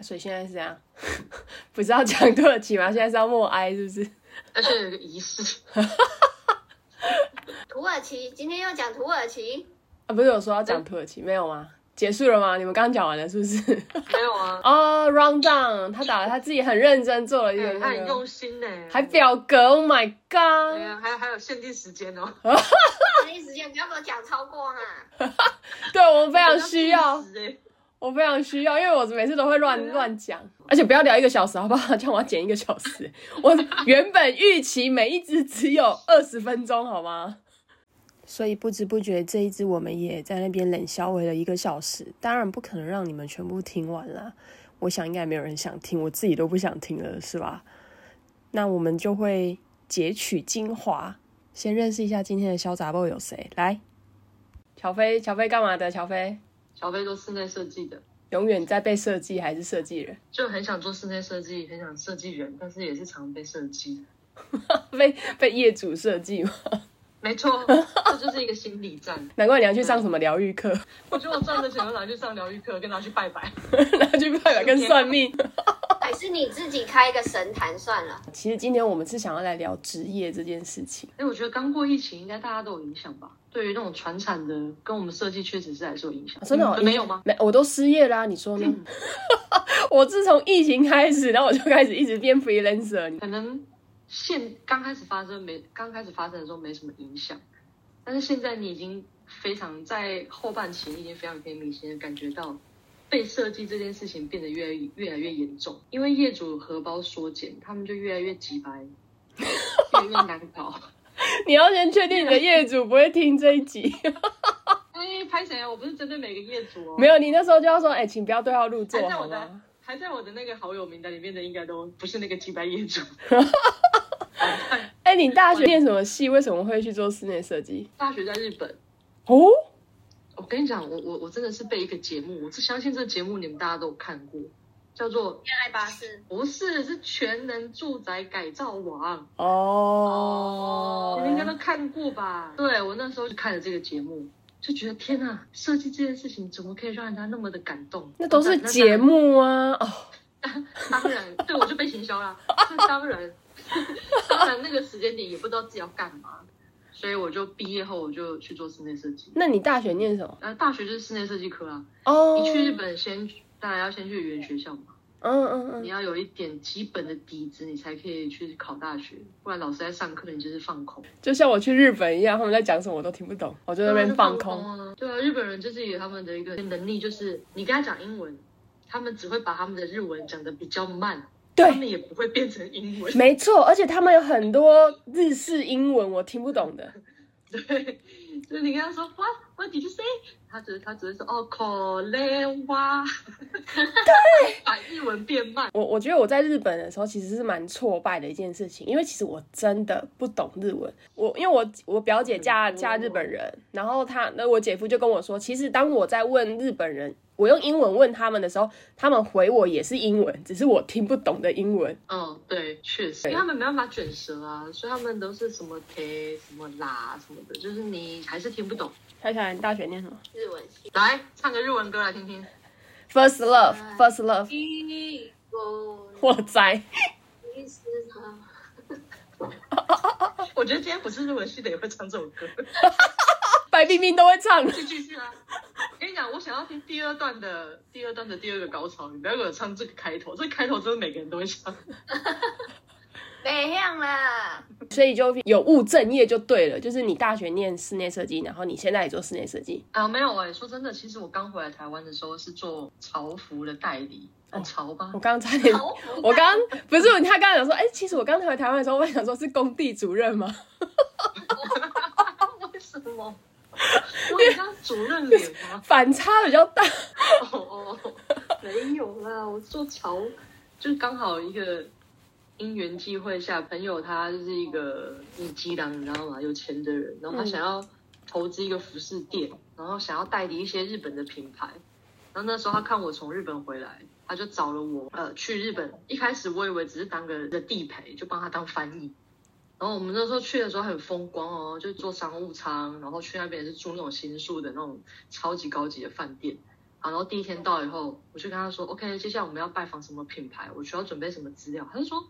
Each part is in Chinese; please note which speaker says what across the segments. Speaker 1: 所以现在是这样， 不是要讲土耳其吗？现在是要默哀是不是？
Speaker 2: 而且有一个仪式，
Speaker 3: 土耳其，今天要讲土耳其，
Speaker 1: 啊，不是有说要讲土耳其没有吗？结束了吗？你们刚刚讲完了是不是？
Speaker 2: 没有 啊，
Speaker 1: 哦、r o u n d down，他打了他自己很认真做了一个
Speaker 2: 哎他
Speaker 1: 那
Speaker 2: 很
Speaker 1: 个，
Speaker 2: 用心呢，
Speaker 1: 还表格，Oh my
Speaker 2: 对
Speaker 1: god！
Speaker 2: 啊，还有还有限定时间哦，
Speaker 3: 第一时间不要给我讲超过哈、
Speaker 1: 对我们非常需要，
Speaker 2: 限定时哎
Speaker 1: 我非常需要，因为我每次都会乱乱讲，而且不要聊一个小时好不好？ 这样我要剪一个小时。我原本预期每一只只有二十分钟，好吗？所以不知不觉这一支我们也在那边冷消微了一个小时，当然不可能让你们全部听完啦。我想应该没有人想听，我自己都不想听了，是吧？那我们就会截取精华，先认识一下今天的小杂报有谁来。乔飞，乔飞干嘛的？乔飞
Speaker 2: 小贝做室内设计的，
Speaker 1: 永远在被设计还是设计人？
Speaker 2: 就很想做室内设计，很想设计人，但是也是常被设计。
Speaker 1: 被被业主设计吗？
Speaker 2: 没 错，这就是一个心理战。
Speaker 1: 难怪你要去上什么疗愈课，
Speaker 2: 我觉得我赚的钱都拿去上疗愈课，跟拿去拜拜。
Speaker 1: 然后去拜拜跟算命。
Speaker 3: 还是你自己开一个神坛算了。
Speaker 1: 其实今天我们是想要来聊职业这件事情，
Speaker 2: 哎，我觉得刚过疫情，应该大家都有影响吧？对于那种传产的，跟我们设计确实是还是有影响。
Speaker 1: 真的、哦
Speaker 2: 你嗯们没有吗？？
Speaker 1: 没，我都失业啦、你说呢？ 我自从疫情开始，然后我就开始一直变 freelancer。
Speaker 2: 可能现刚开始发生没，刚开始发生的时候没什么影响，但是现在你已经非常在后半期，你已经非常可以明显的感觉到。被设计这件事情变得越来越越来越严重，因为业主荷包缩减，他们就越来越急白，越来越难搞。
Speaker 1: 你要先确定你的业主不会听这一 集，
Speaker 2: 哎，拍谁啊？我不是针对每个业主哦，
Speaker 1: 没有，你那时候就要说，哎、请不要对号入座
Speaker 2: 还，在
Speaker 1: 好
Speaker 2: 我
Speaker 1: 吗
Speaker 2: 的？还在我的那个好友名单里面的，应该都不是那个击败业主。
Speaker 1: 哎、你大学念什么系？为什么会去做室内设计？
Speaker 2: 大学在日本，
Speaker 1: 哦，
Speaker 2: 我跟你讲，我我我真的是被一个节目，我是相信这个节目你们大家都有看过，叫做
Speaker 3: 恋爱巴士，
Speaker 2: 不是是全能住宅改造王，
Speaker 1: 哦
Speaker 2: 你们应该都看过吧？对我那时候就看了这个节目。就觉得天呐，设计这件事情怎么可以让人家那么的感动？
Speaker 1: 那都是节目啊，哦，
Speaker 2: 当然，对我就被行销啦。这当然， 当然那个时间点也不知道自己要干嘛，所以我就毕业后我就去做室内设计。
Speaker 1: 那你大学念什么？
Speaker 2: 呃，大学就是室内设计科啊。
Speaker 1: 哦，
Speaker 2: 你去日本先，当然要先去语言学校嘛。
Speaker 1: 嗯嗯嗯，
Speaker 2: 你要有一点基本的底子，你才可以去考大学。不然老师在上课，你就是放空，
Speaker 1: 就像我去日本一样，他们在讲什么我都听不懂，我啊就在那边放空。
Speaker 2: 空啊。对啊，日本人就是有他们的一个能力，就是你跟他讲英文，他们只会把他们的日文讲的比较慢，
Speaker 1: 对，
Speaker 2: 他们也不会变成英文。
Speaker 1: 没错，而且他们有很多日式英文我听不懂的。
Speaker 2: 对，就是你跟他说 what what did you say，他只他只会说哦可雷 哇，对，把日文变慢，
Speaker 1: 我我觉得我在日本的时候其实是蛮挫败的一件事情，因为其实我真的不懂日文。我因为我我表姐嫁嫁日本人，然后她那我姐夫就跟我说，其实当我在问日本人，我用英文问他们的时候，他们回我也是英文，只是我听不懂的英文。
Speaker 2: 嗯，对，确实，因为他们没办法卷舌啊，所以他们都是什么 k 什么啦什么的，就是你还是听不懂。
Speaker 1: 小小，你大学念什么
Speaker 3: 日文系。
Speaker 2: 来唱个日文歌来听听，
Speaker 1: ？First love，first love，
Speaker 3: 一个
Speaker 1: 我栽。
Speaker 3: 意思呢？
Speaker 2: 我觉得今天不是日文系的也会唱这首歌。
Speaker 1: 白冰冰都会唱。
Speaker 2: 继续去啊！我跟你讲，我想要听第二段的第二段的第二个高潮，你不要给我唱这个开头，这个开头真的每个人都会 唱。
Speaker 3: 北向啦，
Speaker 1: 所以就有务正业就对了，就是你大学念室内设计，然后你现在也做室内设计，
Speaker 2: 啊，没有哎、说真的，其实我刚回来台湾的时候是做潮服的代理，很潮吧
Speaker 1: 我？刚刚差点。
Speaker 3: 好复杂
Speaker 1: 我刚不是他刚刚讲说，哎、其实我刚才回台湾的时候，我想说是工地主任吗？
Speaker 2: 为什么？ 我很像主任脸吗？
Speaker 1: 反差比较大。
Speaker 2: 哦哦，没有啦，我做潮，就是刚好一个因缘际会下，朋友他就是一个嗯米基郎，你知道吗？有钱的人，然后他
Speaker 1: 嗯
Speaker 2: 想要投资一个服饰店，然后想要代理一些日本的品牌。然后那时候他看我从日本回来，他就找了我，呃，去日本。一开始我以为只是当个的呃地陪，就帮他当翻译。然后我们那时候去的时候很风光哦，就坐商务舱，然后去那边也是住那种新宿的那种超级高级的饭店。好，然后第一天到以后，我就跟他说，OK，接下来我们要拜访什么品牌，我需要准备什么资料。他就说，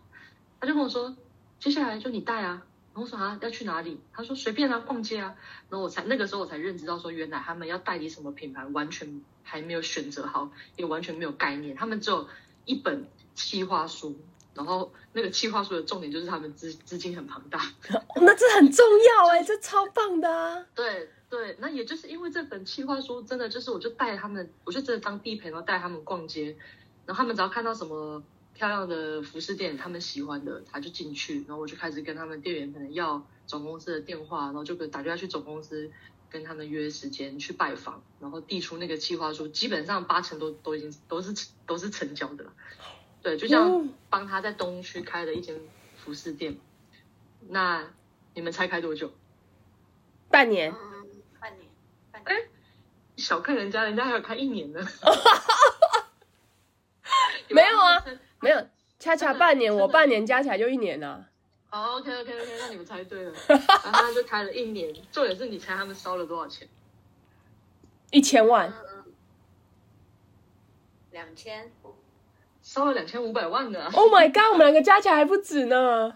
Speaker 2: 他就跟我说，接下来就你带啊。然后我说啊，要去哪里？他说随便啊，逛街啊。然后我才那个时候我才认知到说，原来他们要代理什么品牌，完全还没有选择好，也完全没有概念。他们只有一本企划书，然后那个企划书的重点就是他们资资金很庞大。
Speaker 1: 哦那这很重要哎、这超棒的啊！
Speaker 2: 对对，那也就是因为这本企划书，真的就是我就带他们，我就真的当地陪，然后带他们逛街，然后他们只要看到什么漂亮的服饰店，他们喜欢的，他就进去，然后我就开始跟他们店员可能要总公司的电话，然后就跟打电话去总公司跟他们约时间去拜访，然后递出那个企划书，基本上八成都都已经都是都是成交的了。对，就像
Speaker 1: 嗯
Speaker 2: 帮他在东区开了一间服饰店，那你们猜开多久？
Speaker 1: 半年
Speaker 3: 嗯，半年，半
Speaker 2: 哎
Speaker 3: 年，
Speaker 2: 小看人家，人家还有开一 年呢。
Speaker 1: 没有啊没有，恰
Speaker 2: 真
Speaker 1: 恰
Speaker 2: 的
Speaker 1: 半年，
Speaker 2: 真的
Speaker 1: 我半年加起来就一年啊。
Speaker 2: 哦，OK OK OK，那你们猜对了。然后他就开了一年，重点是你猜他们烧了多少钱？
Speaker 1: 一千万，
Speaker 3: 两千，
Speaker 2: 烧了两千五百万呢、
Speaker 1: Oh my god！我们两个加起来还不止呢。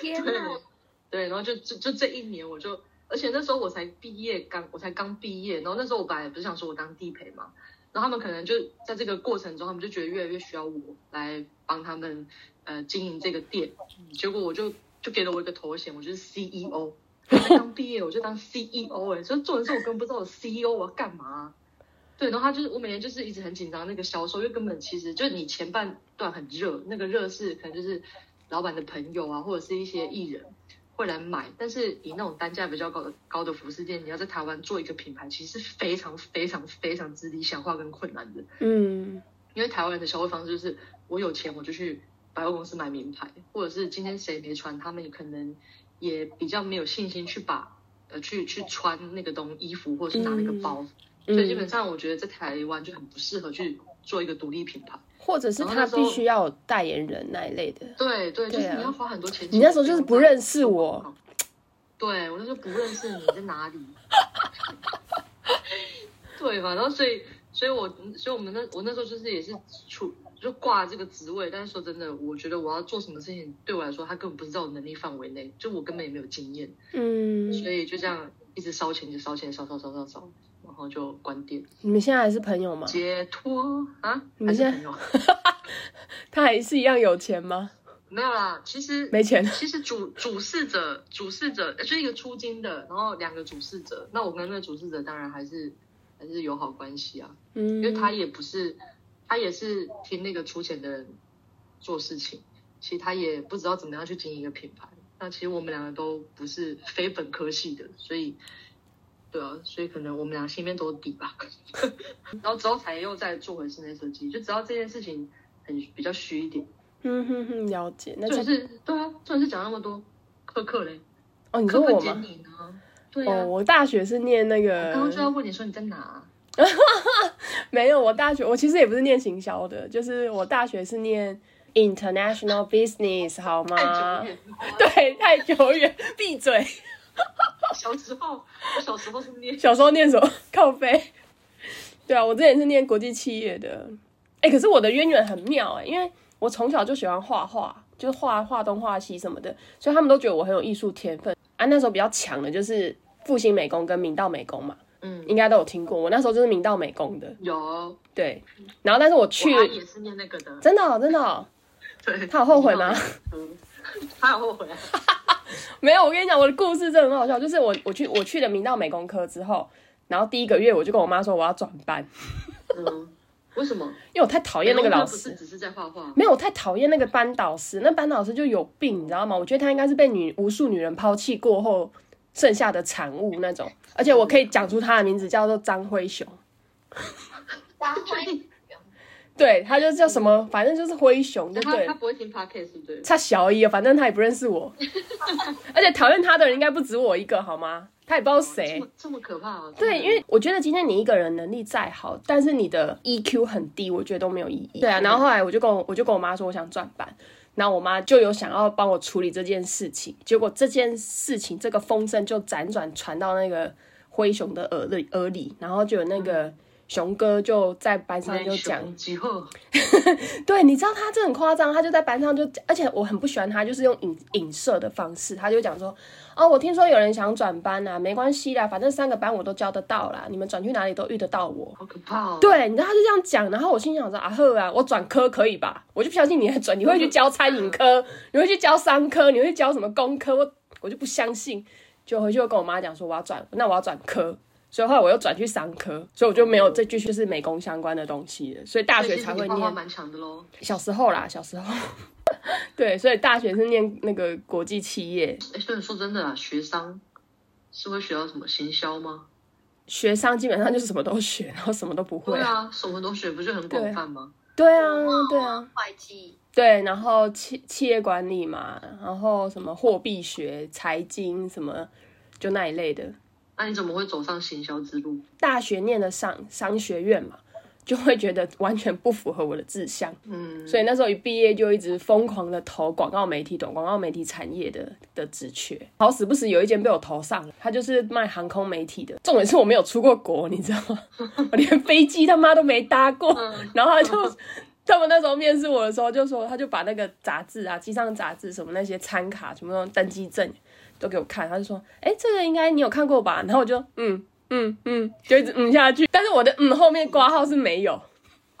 Speaker 3: 天
Speaker 2: 对
Speaker 3: 哪！
Speaker 2: 对，然后就就就这一年，我就，而且那时候我才毕业刚，我才刚毕业，然后那时候我本来不是想说我当地陪嘛，然后他们可能就在这个过程中，他们就觉得越来越需要我来帮他们呃经营这个店，结果我就就给了我一个头衔，我就是 CEO。我才刚毕业我就当 CEO 哎、所以做的时候我根本不知道我 CEO 我要干嘛啊、对，然后他就是我每天就是一直很紧张那个销售，因为根本其实就是你前半段很热，那个热是可能就是老板的朋友啊，或者是一些艺人会来买，但是以那种单价比较高的高的服饰店，你要在台湾做一个品牌，其实是非常非常非常之理想化跟困难的。
Speaker 1: 嗯，
Speaker 2: 因为台湾人的消费方式就是，我有钱我就去百货公司买名牌，或者是今天谁没穿，他们可能也比较没有信心去把呃去去穿那个东衣服，或者是拿那个包，
Speaker 1: 嗯
Speaker 2: 所以基本上我觉得在台湾就很不适合去做一个独立品牌。
Speaker 1: 或者是
Speaker 2: 然后
Speaker 1: 他
Speaker 2: 那时候
Speaker 1: 必须要有代言人那一类的。
Speaker 2: 对对，就
Speaker 1: 对啊
Speaker 2: 是你要花很多钱。
Speaker 1: 你那时候就是不认识我，
Speaker 2: 对我那时候不认识你在哪里， 对嘛？然后所以，所以我，所以我们那我那时候就是也是处就挂这个职位，但是说真的，我觉得我要做什么事情对我来说，他根本不是在我能力范围内，就我根本也没有经验，
Speaker 1: 嗯，
Speaker 2: 所以就这样一直烧钱，就烧钱，烧烧烧烧烧，然后就关店
Speaker 1: 你们现在还是朋友吗？
Speaker 2: 解脱啊，
Speaker 1: 你
Speaker 2: 还
Speaker 1: 们
Speaker 2: 是
Speaker 1: 现在
Speaker 2: 朋友。
Speaker 1: 他还是一样有钱吗？
Speaker 2: 没有啦，其实
Speaker 1: 没钱
Speaker 2: 其实主主事者主事者呃就是一个出金的，然后两个主事者。那我跟那个主事者当然还是还是友好关系啊，
Speaker 1: 嗯，
Speaker 2: 因为他也不是他也是听那个出钱的人做事情，其实他也不知道怎么样去经营一个品牌。那其实我们两个都不是非本科系的，所以对啊，所以可能我们俩心里面都有底吧。 然后之后才又再做回室内设计，就只要这件事情很比较虚一点。
Speaker 1: 嗯哼哼，了解。那
Speaker 2: 就
Speaker 1: 才
Speaker 2: 是对啊，重点是讲那么多，克克嘞，
Speaker 1: 哦，你
Speaker 2: 克
Speaker 1: 说
Speaker 2: 克
Speaker 1: 我
Speaker 2: 经
Speaker 1: 吗？
Speaker 2: 理呢？对啊，
Speaker 1: 哦，我大学是念那
Speaker 2: 我刚刚就要
Speaker 1: 个，
Speaker 2: 问你说你在哪？
Speaker 1: 没有，我大学我其实也不是念行销的，就是我大学是念 international business 好
Speaker 2: 太久
Speaker 1: 吗？
Speaker 2: 远了，
Speaker 1: 对，太久远，闭嘴。
Speaker 2: 小时候，我小时候是念
Speaker 1: 小时候念什么 靠背？对啊，我之前是念国际企业的，哎、可是我的渊源很妙哎、因为我从小就喜欢画画，就是画画东画西什么的，所以他们都觉得我很有艺术天分啊。那时候比较强的就是复兴美工跟明道美工嘛，
Speaker 2: 嗯
Speaker 1: 应该都有听过。我那时候就是明道美工的，
Speaker 2: 有，我
Speaker 1: 对。然后，但是我去
Speaker 2: 阿姨也是念那个的，
Speaker 1: 真的哦、真的哦、
Speaker 2: 对，
Speaker 1: 他有后悔吗？
Speaker 2: 嗯，他有后悔啊，
Speaker 1: 没有，我跟你讲，我的故事真的很好笑，就是我我去我去了明道美工科之后，然后第一个月我就跟我妈说我要转班，
Speaker 2: 嗯，为什么？
Speaker 1: 因为我太讨厌那个
Speaker 2: 美容
Speaker 1: 老
Speaker 2: 课不
Speaker 1: 师嗯
Speaker 2: 是。只是在画画，
Speaker 1: 没有，我太讨厌那个班导师，那班导师就有病，你知道吗？我觉得他应该是被女无数女人抛弃过后剩下的产物那种。而且我可以讲出他的名字，叫做张辉雄。
Speaker 3: 大
Speaker 2: 确
Speaker 3: 会
Speaker 2: 定？
Speaker 1: 对，他就叫什么，反正就是灰熊，就
Speaker 2: 他
Speaker 1: 对
Speaker 2: 他
Speaker 1: 了。
Speaker 2: 不会听 podcast 对不对？
Speaker 1: 差小一，反正他也不认识我，而且讨厌他的人应该不止我一个，好吗？他也不知道
Speaker 2: 这
Speaker 1: 谁
Speaker 2: 么。这么可怕啊？
Speaker 1: 对，因为我觉得今天你一个人能力再好，但是你的 EQ 很低，我觉得都没有意义。对啊，然后后来我就跟我我就跟我妈说我想转班，然后我妈就有想要帮我处理这件事情，结果这件事情这个风声就辗转传到那个灰熊的耳里耳里，然后就有那个熊哥就在班
Speaker 2: 哎
Speaker 1: 上就讲，
Speaker 2: 讲几后，
Speaker 1: 对，你知道他这很夸张，他就在班上就讲，而且我很不喜欢他，就是用影影射的方式，他就讲说，哦，我听说有人想转班啦、没关系啦，反正三个班我都教得到啦，你们转去哪里都遇得到我。
Speaker 2: 好可怕哦！
Speaker 1: 对，你知道他就这样讲，然后我心想说啊呵啊，我转科可以吧？我就不相信你还转，你会去教餐饮科，你会去教商科，你会去教什么工科？我我就不相信，就回去又跟我妈讲说我要转，那我要转科，所以后来我又转去商科，所以我就没有再继续是美工相关的东西了，所以大
Speaker 2: 所
Speaker 1: 学
Speaker 2: 以其实
Speaker 1: 才
Speaker 2: 你
Speaker 1: 会
Speaker 2: 画画
Speaker 1: 念。
Speaker 2: 蛮强的喽。
Speaker 1: 小时候啦，小时候。 对，所以大学是念那个国际企业，
Speaker 2: 哎，所以说真的啊，学商是会学到什么行销吗？
Speaker 1: 学商基本上就是什么都学，然后什么都不会
Speaker 2: 对。啊，什么都学，不是很广泛吗？
Speaker 1: 对啊， 对啊，
Speaker 3: 会计，
Speaker 1: 对。然后企企业管理嘛，然后什么货币学、财经什么，就那一类的。
Speaker 2: 那你怎么会走上行销之路？
Speaker 1: 大学念的商商学院嘛，就会觉得完全不符合我的志向，
Speaker 2: 嗯，
Speaker 1: 所以那时候一毕业就一直疯狂的投广告媒体、懂广告媒体产业的的职缺，好死不死有一间被我投上了，他就是卖航空媒体的。重点是我没有出过国，你知道吗？我连飞机他妈都没搭过，然后他就。他们那时候面试我的时候，就说他就把那个杂志啊、机上杂志什么那些餐卡、什么那种登机证都给我看，他就说：“哎、这个应该你有看过吧？”然后我就嗯嗯嗯，就一直嗯下去。但是我的嗯后面挂号是没有，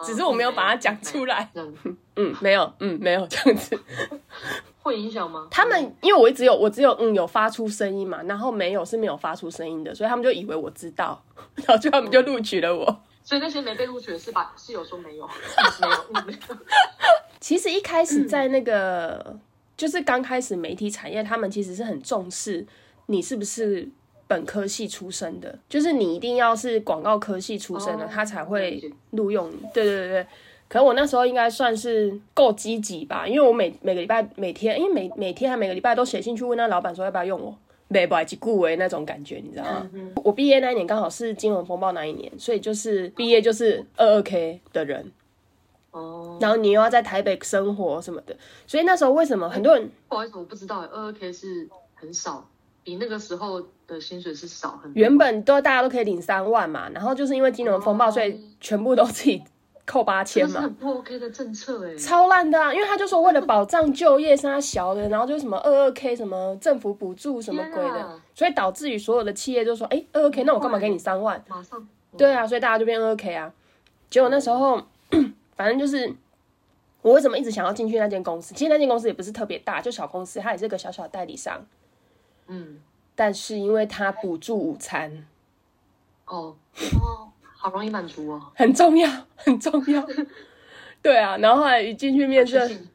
Speaker 1: 只是我没有把它讲出来。
Speaker 2: 哦这样
Speaker 1: 嗯，没有，嗯，没有这样子。
Speaker 2: 会影响 吗？
Speaker 1: 他们因为我只有我只有嗯有发出声音嘛，然后没有是没有发出声音的，所以他们就以为我知道，然后就他们就录取了我。
Speaker 2: 所以那些没被录取的是把是有说没 有，没有，嗯没有
Speaker 1: 其实一开始
Speaker 2: 嗯
Speaker 1: 在那个、就是刚开始媒体产业，他们其实是很重视你是不是本科系出身的，就是你一定要是广告科系出身的，
Speaker 2: 哦
Speaker 1: 他才会
Speaker 2: 了解
Speaker 1: 录用你。对对对对。可我那时候应该算是够积极吧，因为我每每个礼拜每天，因为每每天还每个礼拜都写信去问那老板说要不要用我，没不及顾为那种感觉，你知道
Speaker 2: 嗯
Speaker 1: 吗？我毕业那一年刚好是金融风暴那一年，所以就是毕业就是二二 K 的人，
Speaker 2: 哦，
Speaker 1: 然后你又要在台北生活什么的，所以那时候为什么很多人
Speaker 2: 不好意思，我不知道，二二 K 是很少，比那个时候的薪水是少很多。
Speaker 1: 原本都大家都可以领三万嘛，然后就是因为金融风暴，
Speaker 2: 哦
Speaker 1: 所以全部都自己扣八
Speaker 2: 这
Speaker 1: 千
Speaker 2: 是
Speaker 1: 嘛，
Speaker 2: 很不 OK 的政策哎、
Speaker 1: 超烂的啊！因为他就说为了保障就业，是他小的，然后就是什么二二 k 什么政府补助什么鬼
Speaker 2: 天
Speaker 1: 的
Speaker 2: 啊，
Speaker 1: 所以导致于所有的企业就说，哎，二二 k 那我干嘛给你三万？
Speaker 2: 马上
Speaker 1: 对啊，所以大家就变二 k 啊。结果那时候，反正就是我为什么一直想要进去那间公司？其实那间公司也不是特别大，就小公司，它也是个小小的代理商。
Speaker 2: 嗯
Speaker 1: 但是因为它补助午餐
Speaker 2: 哦，
Speaker 3: 哦，
Speaker 2: 好容易满足哦。
Speaker 1: 很重要，很重要。 对啊，然后后来一进去面
Speaker 2: 确
Speaker 1: 试，
Speaker 2: 信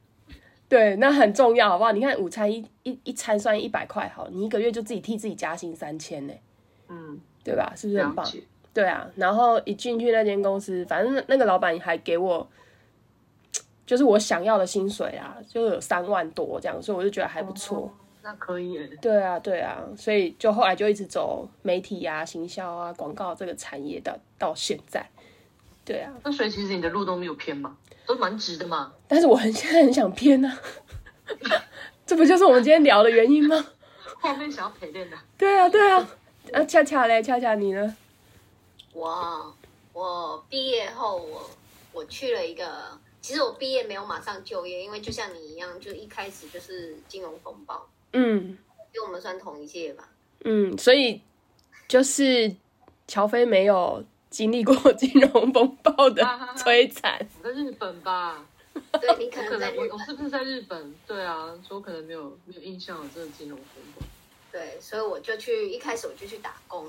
Speaker 1: 对，那很重要，好不好？你看午餐一一一餐算一百块，好，你一个月就自己替自己加薪三千呢，
Speaker 2: 嗯，
Speaker 1: 对吧？是不是很
Speaker 2: 了
Speaker 1: 棒？
Speaker 2: 解。
Speaker 1: 对啊，然后一进去那间公司，反正那个老板还给我，就是我想要的薪水啦，就有三万多这样，所以我就觉得还不错。
Speaker 2: 哦那可以耶，
Speaker 1: 对啊，对啊，所以就后来就一直走媒体啊、行销啊、广告这个产业到到现在。对啊，
Speaker 2: 那所以其实你的路都没有偏嘛，都蛮直的嘛。
Speaker 1: 但是我很现在很想偏啊， 这不就是我们今天聊的原因吗？
Speaker 2: 后面想要陪练的，
Speaker 1: 对啊，对啊，啊，恰恰嘞，恰恰你呢？
Speaker 3: 我我毕业后我我去了一个，其实我毕业没有马上就业，因为就像你一样，就一开始就是金融风暴，
Speaker 1: 嗯
Speaker 3: 因为我们算同一届 吧。
Speaker 1: 嗯，所以就是乔飞没有经历过金融风暴的摧残，
Speaker 2: 我在日本吧，
Speaker 3: 对你可
Speaker 2: 我可
Speaker 3: 能在
Speaker 2: 能我
Speaker 3: 日
Speaker 2: 我
Speaker 3: 本，
Speaker 2: 是不是在日本？对啊，所以我可能没有没有印象有这个金融风暴。
Speaker 3: 对，所以我就去一开始我就去打工，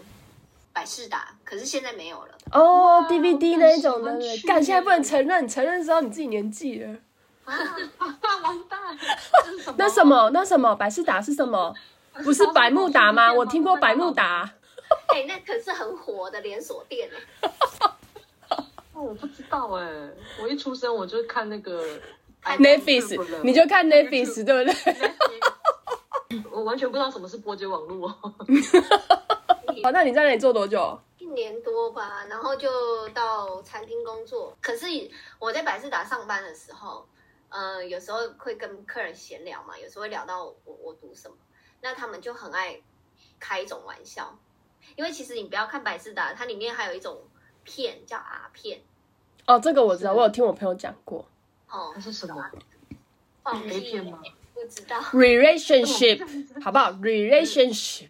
Speaker 3: 百事达，可是现在没有了。
Speaker 1: 哦
Speaker 2: 哇
Speaker 1: ，DVD 那一种的
Speaker 2: 我喜欢，去
Speaker 1: 干现在不能承认，承认知道你自己年纪了。
Speaker 2: 啊，完蛋！这是什么
Speaker 1: 那什？么那什么百事达是什么？不是百慕达吗？ 我听过百慕达，
Speaker 3: 哎、那可是很火的连锁店哎、
Speaker 2: 哦我不知道哎、我一出生我就看那个
Speaker 1: n e t f i s
Speaker 2: 哎
Speaker 1: 你就看 n e t f i s 对不对？
Speaker 2: 我完全不知道什么是波及网络、哦。
Speaker 1: 好，哦那你在那里做多久？
Speaker 3: 一年多吧，然后就到餐厅工作。可是我在百事达上班的时候，呃，有时候会跟客人闲聊嘛，有时候会聊到我我读什么，那他们就很爱开一种玩笑，因为其实你不要看百事达，它里面还有一种片叫 R 片
Speaker 1: 哦，这个我知道，
Speaker 2: 是
Speaker 1: 我有听我朋友讲过
Speaker 3: 哦
Speaker 2: 那，是什么
Speaker 3: 忘
Speaker 2: ？A
Speaker 3: 记
Speaker 2: 片吗？
Speaker 3: 不知道。
Speaker 1: relationship，好
Speaker 2: 嗯
Speaker 1: 不好？relationship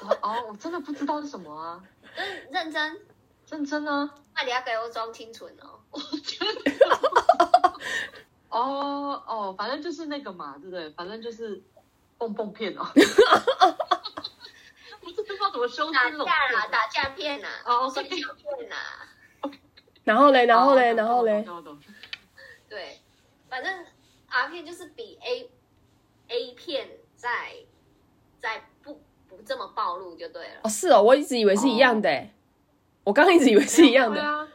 Speaker 2: 哦哦，我真的不知道是什么啊，
Speaker 3: 认嗯认真，
Speaker 2: 认真啊。
Speaker 3: 那你要给我装清纯哦。
Speaker 2: 哦哦，反正就是那个嘛，对不对？反正就是蹦蹦片 哦。我真的不知道怎么修饰
Speaker 3: 打
Speaker 2: 这种
Speaker 3: 架啦，
Speaker 2: 片。
Speaker 3: 打架片呐、啊，
Speaker 2: 哦，
Speaker 3: 睡觉片呐、啊。
Speaker 1: 然后嘞，然后嘞，
Speaker 2: 哦
Speaker 1: 然后嘞，，
Speaker 2: 懂懂懂懂懂
Speaker 3: 对，反正 R 片就是比 A A 片在在不不这么暴露就对了
Speaker 1: 哦，。是哦，我一直以为是一样的欸，我刚刚一直以为 是一样
Speaker 2: 哦对
Speaker 1: 的
Speaker 2: 啊。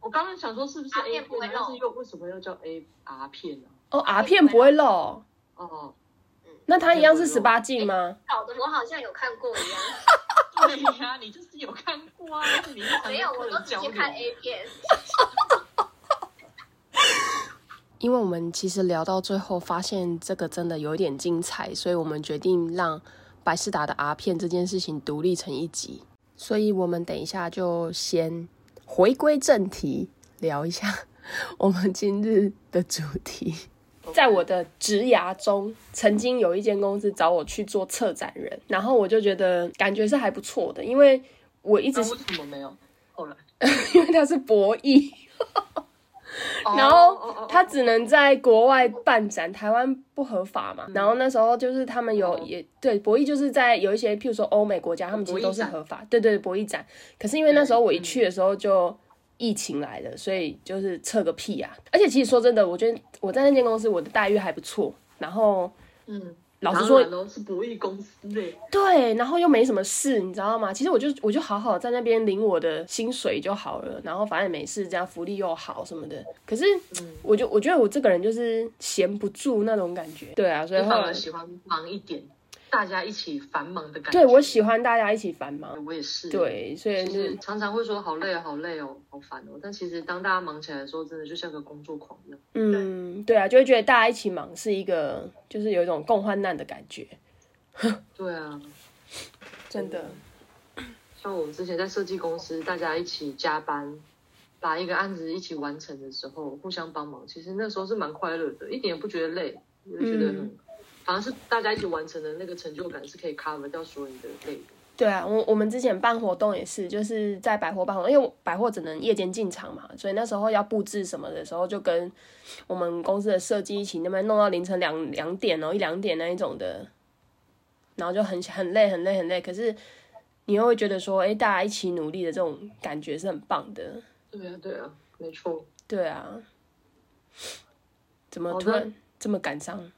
Speaker 2: 我刚刚想说是不是
Speaker 3: R
Speaker 2: A
Speaker 3: 片不会
Speaker 2: 片，
Speaker 3: 漏
Speaker 2: 但是又为什么又叫 A R 片呢？
Speaker 1: 哦，R 片不会漏，
Speaker 2: 哦，
Speaker 1: 那它一样是十八禁吗？
Speaker 3: 搞得我好像有看过 一样，
Speaker 2: 对呀，你就是有看过啊，你是
Speaker 3: 没有，我都直
Speaker 2: 交
Speaker 3: 接
Speaker 2: 流啊
Speaker 3: 看 A 片。
Speaker 1: 因为我们其实聊到最后，发现这个真的有一点精彩，所以我们决定让百事达的 R 片这件事情独立成一集。所以我们等一下就先回归正题，聊一下 我们今日的主题。在我的职涯中，曾经有一间公司找我去做策展人，然后我就觉得感觉是还不错的，因为我一直
Speaker 2: 那
Speaker 1: 是
Speaker 2: 为什么没有？后来，
Speaker 1: 因为它是博弈。然
Speaker 2: 哦
Speaker 1: 后
Speaker 2: 哦
Speaker 1: 他只能在国外办展，台湾不合法嘛。然后那时候就是他们有
Speaker 2: 哦
Speaker 1: 也对博弈，就是在有一些譬如说欧美国家，他们其实都是合法，对对对博弈展。可是因为那时候我
Speaker 2: 嗯
Speaker 1: 一去的时候就疫情来了，所以就是测个屁啊！而且其实说真的，我觉得我在那间公司我的待遇还不错，然后
Speaker 2: 嗯，
Speaker 1: 老实说
Speaker 2: 当然咯是博弈公司嘞，
Speaker 1: 对，然后又没什么事，你知道吗？其实我就我就好好在那边领我的薪水就好了，然后反正也没事，这样福利又好什么的。可是，
Speaker 2: 嗯
Speaker 1: 我就我觉得我这个人就是闲不住那种感觉，对啊，所以
Speaker 2: 你
Speaker 1: 后
Speaker 2: 反
Speaker 1: 来
Speaker 2: 而喜欢忙一点，大家一起繁忙的感觉。
Speaker 1: 对我喜欢大家一起繁忙，
Speaker 2: 我也是。，
Speaker 1: 对，所以
Speaker 2: 就
Speaker 1: 就是
Speaker 2: 是常常会说好累哦，好累哦，好烦哦。但其实当大家忙起来的时候，真的就像个工作狂一样。
Speaker 1: 嗯，对啊，就会觉得大家一起忙是一个就是有一种共患难的感觉，
Speaker 2: 对啊，
Speaker 1: 真的。
Speaker 2: 像我们之前在设计公司，大家一起加班。把一个案子一起完成的时候，互相帮忙，其实那时候是蛮快乐的，一点也不觉得累，也觉得很，
Speaker 1: 嗯
Speaker 2: 反而是大家一起完成的那个成就感是可以 cover 掉所有你的累的。
Speaker 1: 对啊，我我们之前办活动也是，就是在百货办活动，因为我百货只能夜间进场嘛，所以那时候要布置什么的时候，就跟我们公司的设计一起那边弄到凌晨两两点哦，一两点那一种的，然后就很很累很累很累，可是你又会觉得说，哎，大家一起努力的这种感觉是很棒的，
Speaker 2: 对啊，对啊，没错。
Speaker 1: 对啊，怎么
Speaker 2: 好的
Speaker 1: 突然这么感伤？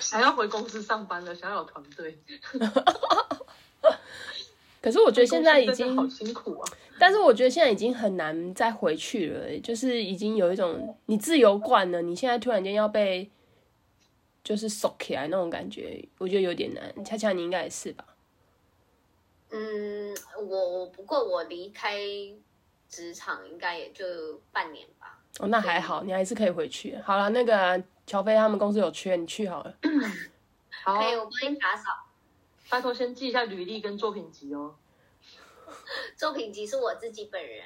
Speaker 2: 想要回公司上班了，想要有团队。
Speaker 1: 可是我觉得现在已
Speaker 2: 公司真
Speaker 1: 经
Speaker 2: 的好辛苦啊！
Speaker 1: 但是我觉得现在已经很难再回去了，就是已经有一种你自由惯了，你现在突然间要被就是收起来那种感觉，我觉得有点难。恰恰你应该也是吧？
Speaker 3: 嗯，我我不过我离开职场应该也就半年吧。
Speaker 1: 哦，那还好，你还是可以回去。好了，那个乔飞他们公司有缺，你去好 了。
Speaker 2: 好
Speaker 3: 可，以，我帮你打扫。
Speaker 2: 拜托先记一下履历跟作品集哦。
Speaker 3: 作品集是我自己本人，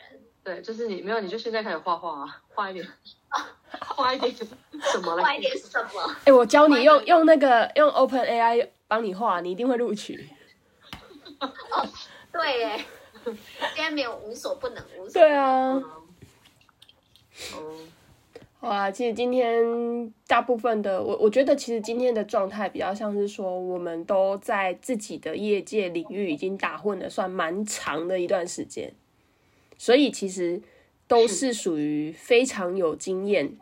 Speaker 2: 对，就是你没有，你就现在开始画画啊，画一点，画一点什么来？
Speaker 3: 画一点什么？
Speaker 1: 哎、我教你用用那个用 Open AI 帮你画，你一定会录取。
Speaker 3: 对耶， 现在没有无所不能，无所不
Speaker 1: 对
Speaker 3: 能。
Speaker 1: 啊。
Speaker 2: 哦，
Speaker 1: 好啊，其实今天大部分的我，我觉得其实今天的状态比较像是说，我们都在自己的业界领域已经打混了，算蛮长的一段时间，所以其实都是属于非常有经验。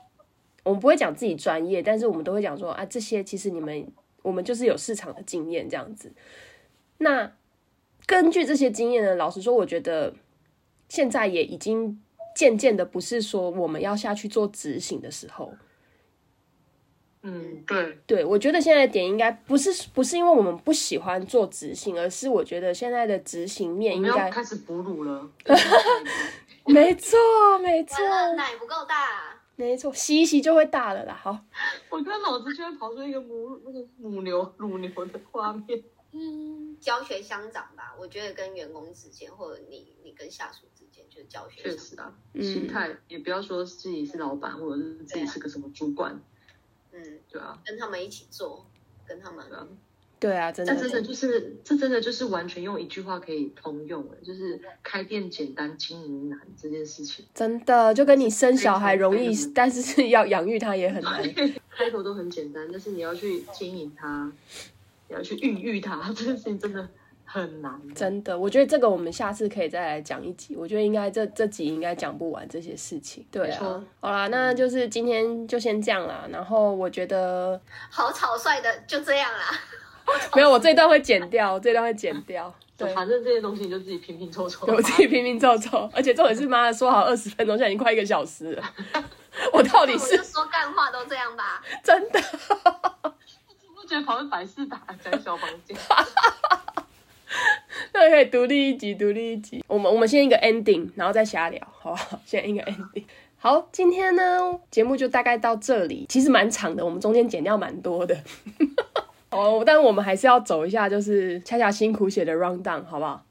Speaker 1: 我们不会讲自己专业，但是我们都会讲说啊，这些其实你们我们就是有市场的经验这样子。那根据这些经验呢，老实说，我觉得现在也已经渐渐的不是说我们要下去做执行的时候，
Speaker 2: 嗯，对，
Speaker 1: 对我觉得现在的点应该不是不是因为我们不喜欢做执行，而是我觉得现在的执行面
Speaker 2: 我
Speaker 1: 应
Speaker 2: 们要
Speaker 1: 该
Speaker 2: 开始哺 乳了。
Speaker 1: 没错没错
Speaker 3: 完了，奶不够大，啊
Speaker 1: 没错，吸一吸就会大了啦。好，
Speaker 2: 我刚刚脑子居然跑出一个母那个母牛乳牛的画面，
Speaker 3: 嗯，教学相长吧，我觉得跟员工之间，或者你你跟下属之间，就是教学
Speaker 2: 确
Speaker 3: 相
Speaker 2: 实
Speaker 3: 长。
Speaker 2: 啊，
Speaker 1: 嗯
Speaker 2: 心态也不要说自己是老板，或者是自己是个什么主管，
Speaker 3: 嗯，
Speaker 2: 对啊，
Speaker 3: 跟他们一起做，跟他们
Speaker 2: 对啊。
Speaker 1: 对啊，真的
Speaker 2: 但真的就是，这真的就是完全用一句话可以通用的，就是开店简单，经营难这件事情，
Speaker 1: 真的就跟你生小孩容易
Speaker 2: 非常非，常
Speaker 1: 但是是要养育他也很难。
Speaker 2: 开头都很简单，但是你要去经营它，你要去孕育它， 这件事情真的很难。
Speaker 1: 真的，我觉得这个我们下次可以再来讲一集。我觉得应该这这集应该讲不完这些事情。对
Speaker 2: 没错嗯
Speaker 1: 啊，好啦，那就是今天就先这样啦。然后我觉得
Speaker 3: 好草率的就这样啦。
Speaker 1: 没有，我这一段会剪掉，我这一段会剪掉。对，
Speaker 2: 反正这些东西你就自己拼拼凑凑。
Speaker 1: 对我自己拼拼凑凑，而且重点是妈的，说好二十分钟，现在已经快一个小时了。我到底
Speaker 3: 我
Speaker 1: 是
Speaker 3: 就说干话都这样吧。
Speaker 1: 真的？
Speaker 2: 我觉得旁边百事达讲小房间，
Speaker 1: 那可以独立一集，独立一集。我们我们先一个 ending，然后再瞎聊，好不好？先一个 ending。好，今天呢节目就大概到这里，其实蛮长的，我们中间剪掉蛮多的。 哦，但我们还是要走一下，就是恰恰辛苦写的 round down，好不好？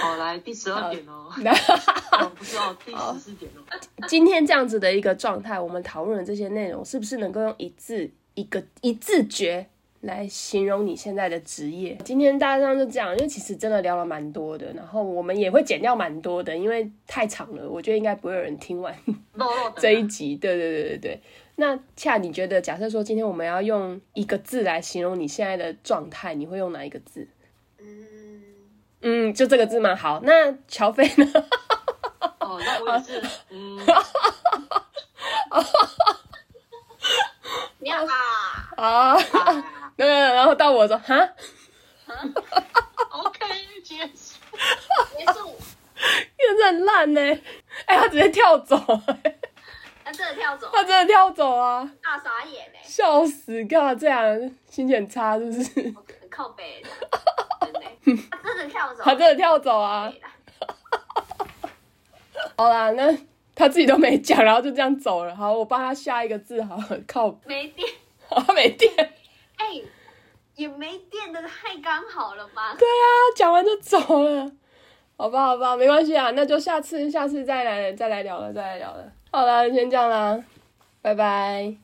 Speaker 2: 好来第十二点哦，
Speaker 1: 那
Speaker 2: 哦不是哦，第十四点哦，
Speaker 1: 今天这样子的一个状态，我们讨论的这些内容，是不是能够用一字一个一字诀来形容你现在的职业？今天大致上就这样，因为其实真的聊了蛮多的，然后我们也会剪掉蛮多的，因为太长了，我觉得应该不会有人听完
Speaker 2: 肉肉 的
Speaker 1: 这一集。对对对对对。那恰你觉得，假设说今天我们要用一个字来形容你现在的状态，你会用哪一个字？
Speaker 3: 嗯，
Speaker 1: 嗯，就这个字吗？好，那乔飞 呢？
Speaker 2: 哦，那我也是，嗯，
Speaker 1: 哦
Speaker 3: 你好啊
Speaker 1: 啊，
Speaker 2: 啊
Speaker 1: 那然后到我说哈，
Speaker 2: ，OK，结束。
Speaker 3: 结束。
Speaker 1: 真的很烂呢、哎、他直接跳走、
Speaker 3: 那这个跳走，
Speaker 1: 他真的跳走啊！
Speaker 3: 大傻眼哎、
Speaker 1: 笑死，干嘛这样？心情很差是不是？
Speaker 3: 欸，靠背的，真的欸，他真的跳走，
Speaker 1: 他真的跳走啊！
Speaker 3: 对啦
Speaker 1: 好啦，那他自己都没讲，然后就这样走了。好，我帮他下一个字，好了，靠，
Speaker 3: 没电，
Speaker 1: 好 他没电。对
Speaker 3: 哎、也没电的太刚好了吧？
Speaker 1: 啊，讲完就走了。好吧，好吧，没关系啊，那就下次，下次再来，再来聊了，再来聊了。好啦，先这样啦，拜拜。